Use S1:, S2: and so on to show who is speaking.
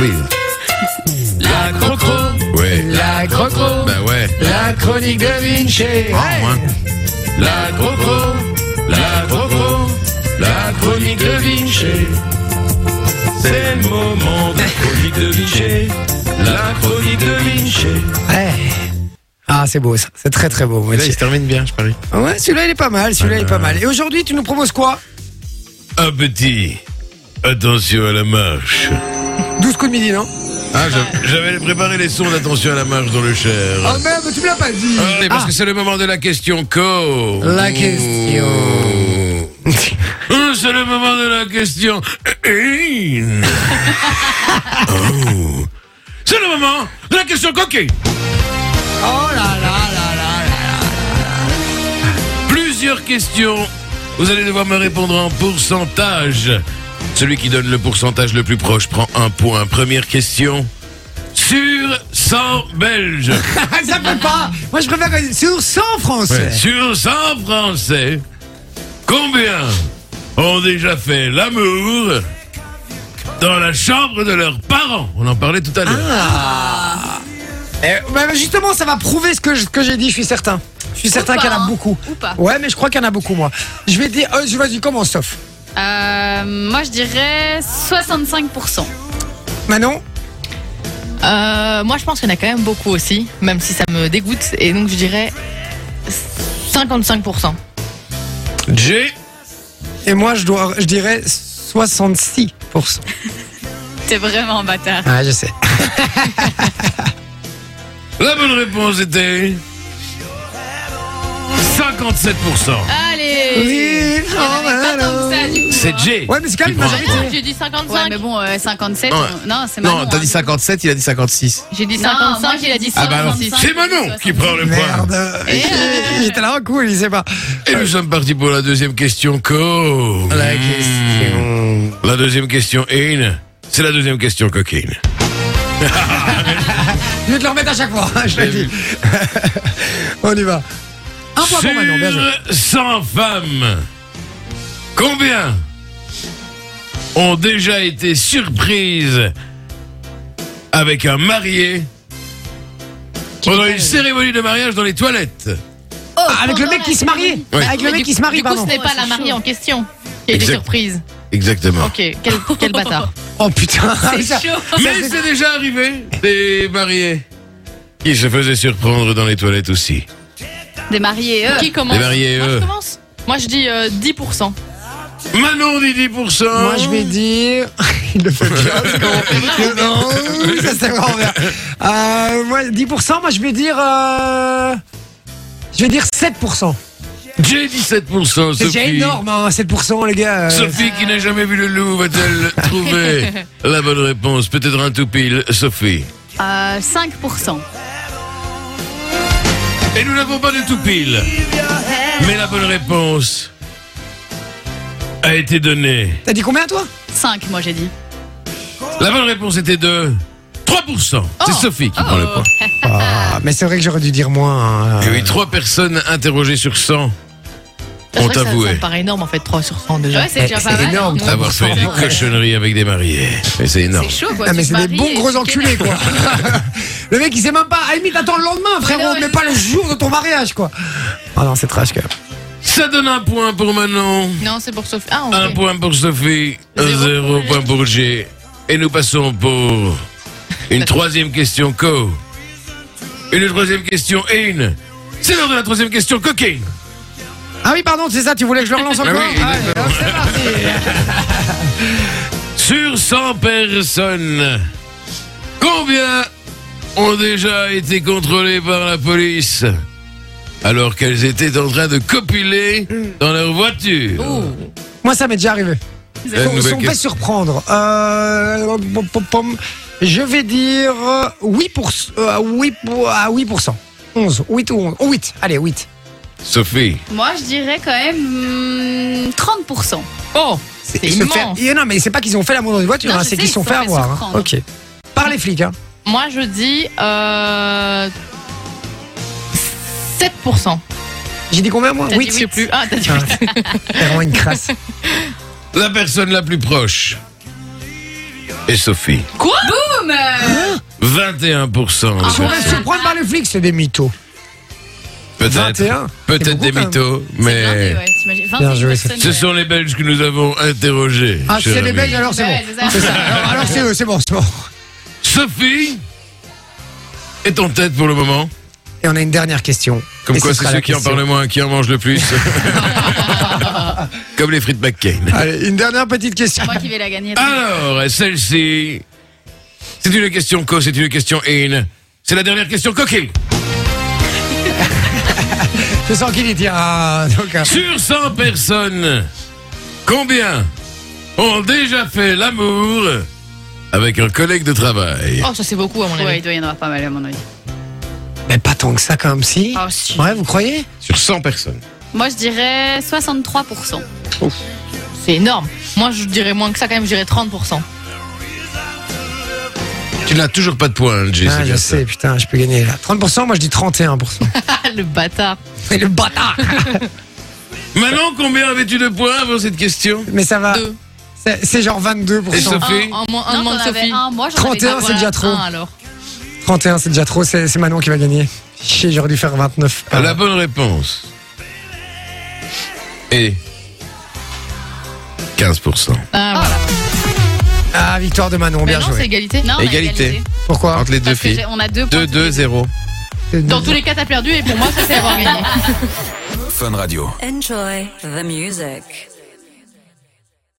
S1: oui.
S2: La crocro,
S1: Ouais.
S2: la crocro,
S1: Bah ouais.
S2: la chronique de Vinci.
S1: Oh, hein.
S2: La crocro, la crocro, la chronique de Vinci. C'est le moment de la chronique de Vinci. La chronique de Vinci.
S3: Eh. Ah, c'est beau, ça. c'est très très beau.
S1: Et Là, il se termine bien, je parie.
S3: Ouais, celui-là il est Ah. pas mal, celui-là il est pas mal. Et aujourd'hui, tu nous proposes quoi
S2: Un petit, attention à la marche.
S3: 12 coups de midi, non
S1: Ah, je...
S2: J'avais préparé les sons d'attention à la marche dans le Cher.
S3: Oh merde, tu me l'as pas dit
S2: Ah, mais parce que c'est le moment de la question co.
S3: La question.
S2: Oh, Euh, C'est le moment de la question. Euh, In. Oh. C'est le moment de la question coquée.
S3: Oh là là là là là
S2: Plusieurs questions. Vous allez devoir me répondre en pourcentage. Celui qui donne le pourcentage le plus proche prend un point. Première question. Sur 100 Belges.
S3: là. ça peut pas Moi je préfère quand sur 100 français
S2: Sur 100 Français, combien ont déjà fait l'amour dans la chambre de leurs parents On en parlait tout à l'heure.
S3: Ah. Eh, bah, justement, ça va prouver ce que je- ce que j'ai dit, je suis certain. Je suis certain
S4: pas,
S3: qu'il y en a
S4: hein.
S3: beaucoup.
S4: Ou pas.
S3: Ouais, mais je crois qu'il y en a beaucoup, moi. Je vais dire, euh, je- vas-y, commence, sauf.
S4: Euh, moi, je dirais 65%.
S3: Manon
S5: Euh, moi, je pense qu'il y en a quand même beaucoup aussi, même si ça me dégoûte. Et donc, je dirais 55%.
S3: Ah.
S2: J'ai
S3: Et moi, je, dois, je dirais 66%.
S4: T'es vraiment un bâtard.
S3: Ah, je sais.
S2: la bonne réponse était 57%.
S3: Ah.
S4: Allez
S3: Oui, Oh,
S4: Il y en avait pas
S3: alors.
S4: tant que ça, du coup,
S2: C'est
S4: hein.
S2: Jay.
S3: Ouais, mais c'est quand même
S2: qui prend
S3: pas
S2: un
S3: joli.
S2: point.
S5: Non, J'ai dit 55.
S4: Ouais, mais bon, euh, 57,
S1: Ouais.
S4: on- non, c'est
S1: Non,
S4: Manon.
S1: t'as
S4: hein.
S1: dit 57, il a dit 56.
S5: J'ai dit
S4: Non,
S5: 55,
S4: moi,
S5: il a dit
S4: Ah bah alors,
S5: 56.
S2: C'est Manon qui prend le point.
S3: Merde.
S5: Et, euh,
S3: J'étais là en cool, il sait pas.
S2: Et nous sommes partis pour la deuxième question, Co.
S3: La question.
S2: La deuxième question, In. C'est la deuxième question, Coquine.
S3: Je vais te le remettre à chaque fois, hein, je te le dis. On y va. Un point pour Manon, bien joué.
S2: Sur 100 femmes, combien ont déjà été surprises avec un marié pendant une cérémonie de mariage dans les toilettes
S3: Ah, avec le mec qui
S4: Oh,
S3: se marie.
S2: Oui.
S3: Avec le
S5: Mais
S3: mec
S5: du-
S3: qui se marie,
S5: Du coup,
S3: pardon.
S5: ce n'est pas la mariée en question. qui a été
S2: Exact.
S5: surprise.
S2: Exactement.
S5: Ok, quel, quel bâtard.
S3: Oh putain. Ça-
S2: Mais Ah, c'est déjà arrivé des mariés qui se faisaient surprendre dans les toilettes aussi.
S4: Des mariés, eux.
S5: Qui commence
S2: Les mariés,
S5: Moi,
S2: eux.
S5: je commence. Moi, je dis euh, 10%.
S2: Manon dit 10%.
S3: Moi, je vais dire. Il le fait bien. c'est bon. Le- Non, ça c'est vraiment bien. Euh, moi, 10%, moi, je vais dire. euh, Je vais dire 7%.
S2: J'ai 17%,
S3: C'est
S2: Sophie.
S3: déjà énorme, hein, 7%, les gars. euh.
S2: Sophie qui n'a jamais vu le loup va-t-elle trouver la bonne réponse Peut-être un tout pile, Sophie.
S4: Euh, 5%.
S2: Et nous n'avons pas de tout pile. Mais la bonne réponse a été donnée.
S3: T'as dit combien, toi
S4: 5, moi, j'ai dit.
S2: La bonne réponse était de 3%. C'est
S4: Oh.
S2: Sophie qui prend le point.
S3: Ah, mais c'est vrai que j'aurais dû dire moins. hein.
S2: Et oui, 3 personnes interrogées sur 100
S5: C'est
S2: ont
S5: vrai que ça- Ça
S2: avoué
S5: me paraît énorme, en fait, 3 sur 100 déjà. Eh,
S4: Ouais, c'est déjà
S3: c'est
S4: pas mal.
S3: énorme,
S4: hein.
S2: avoir fait des cochonneries avec des mariés. Mais c'est énorme.
S4: C'est chaud, quoi.
S3: Ah,
S4: tu
S3: mais
S4: te
S3: c'est des
S4: maries
S3: bons
S4: et
S3: gros
S4: tu
S3: enculés, quoi. le mec, il sait même pas. À la limite, attends le lendemain, frérot,
S4: ouais,
S3: mais
S4: c'est
S3: pas le jour de ton mariage, quoi. Ah non, c'est trash, quand même.
S2: Ça donne un point pour Manon.
S5: Non, c'est pour Sophie. Ah, ok.
S2: Un point pour Sophie, un
S5: Zéro
S2: zéro point pour G. Et nous passons pour une troisième question co. Une troisième question in. C'est l'heure de la troisième question coquine.
S3: Ah oui, pardon, c'est ça, tu voulais que je le relance
S2: Ah
S3: encore
S2: oui,
S3: Allez, hop, c'est parti.
S2: Sur 100 personnes, combien ont déjà été contrôlées par la police alors qu'elles étaient en train de copuler dans leur voiture
S3: Moi, ça m'est déjà arrivé.
S2: Et une
S3: On
S2: nouvelle
S3: on fait
S2: question.
S3: surprendre. Euh, pom, pom, pom. je vais dire euh, 8 pour, euh, 8 pour- à 8%. 11, 8 ou 11. Oh, 8, allez, 8.
S2: Sophie,
S4: maries. Moi, je dirais quand même hmm, 30%.
S5: Oh, c'est
S3: Ils se
S5: immense.
S3: font- Et non, mais c'est pas qu'ils ont fait l'amour dans une voiture,
S4: Non,
S3: hein,
S4: je
S3: c'est
S4: sais,
S3: qu'ils se
S4: ils
S3: sont
S4: se
S3: fait
S4: sont fait
S3: avoir. hein.
S4: surprendre.
S3: Ok. Par les flics, hein.
S5: Moi, je dis euh, 7%.
S3: J'ai dit combien, moi
S5: T'as dit
S3: Oui,
S5: je sais plus. Ah, t'as dit
S3: Ah.
S5: huit.
S3: C'est vraiment une crasse.
S2: la personne la plus proche est Sophie.
S5: Quoi
S2: Eh.
S4: même
S2: 21%.
S3: Ils sont
S2: peut-être.
S3: se prendre par les flics, c'est des mythos.
S2: Peut-être
S3: 21.
S2: peut-être
S3: C'est
S2: des
S3: beaucoup, quand même.
S2: mythos,
S4: blindé,
S2: mais
S4: ouais, t'imagines,
S3: Bien joué,
S4: 21
S3: ça.
S4: personnes, euh,
S2: ce
S4: ouais.
S2: sont les Belges que nous avons interrogés.
S3: Ah,
S2: cher
S3: c'est les
S2: ami.
S3: Belges, alors c'est
S4: Ouais,
S3: bon. Ah,
S4: c'est ça.
S3: Alors, alors c'est eux, c'est bon, c'est bon.
S2: Sophie est en tête pour le moment.
S3: Et on a une dernière question.
S2: Comme
S3: Et
S2: quoi,
S3: ce
S2: c'est
S3: sera
S2: ceux
S3: la
S2: qui en
S3: question.
S2: parlent le moins qui en mangent le plus. Comme les frites McCain.
S3: Allez, une dernière petite question.
S4: Moi qui vais la gagner.
S2: Alors, celle-ci. C'est une question co, c'est une question in. C'est la dernière question coquille.
S3: Je sens qu'il y tient. Ah, donc, euh,
S2: Sur 100 personnes, combien ont déjà fait l'amour avec un collègue de travail
S5: Oh, ça c'est beaucoup à mon
S4: Ouais, il
S5: avis.
S4: doit y en avoir pas mal à mon avis.
S3: Mais pas tant que ça, quand même, si.
S4: Ah, si.
S3: Ouais, vous croyez
S2: Sur 100 personnes.
S4: Moi je dirais 63%.
S5: C'est énorme. Moi, je dirais moins que ça quand même, je dirais 30%.
S2: Tu n'as toujours pas de points, Angie. c'est
S3: ah, Je
S2: bien ça.
S3: sais, putain, je peux gagner là. 30%, moi je dis 31%.
S5: Ah, le bâtard.
S3: Mais le bâtard
S2: Manon, combien avais-tu de points avant cette question
S3: Mais ça va.
S5: Deux.
S3: C'est- C'est genre 22%.
S2: Et Sophie
S5: Un, un, moins- un
S4: Non,
S5: de moins
S4: t'en
S5: que
S4: avais
S5: Sophie.
S4: un, moi j'en avais
S3: 31,
S4: un,
S3: c'est
S4: voilà.
S3: déjà trop.
S5: Un, alors.
S3: 31, c'est déjà trop, c'est c'est Manon qui va gagner. Chier, j'aurais dû faire 29.
S2: La bonne réponse est 15%.
S5: Ah, voilà.
S3: Ah, victoire de Manon,
S5: Mais
S3: bien
S5: non, c'est
S3: joué.
S5: égalité.
S4: Non, on a
S2: Égalité.
S4: égalisé.
S3: Pourquoi
S2: Entre les deux
S4: Parce que
S2: filles.
S4: j'ai- on a deux points.
S2: 2-2-0.
S5: Dans tous les cas, t'as perdu et pour moi, ça c'est avoir gagné.
S6: Enjoy the music.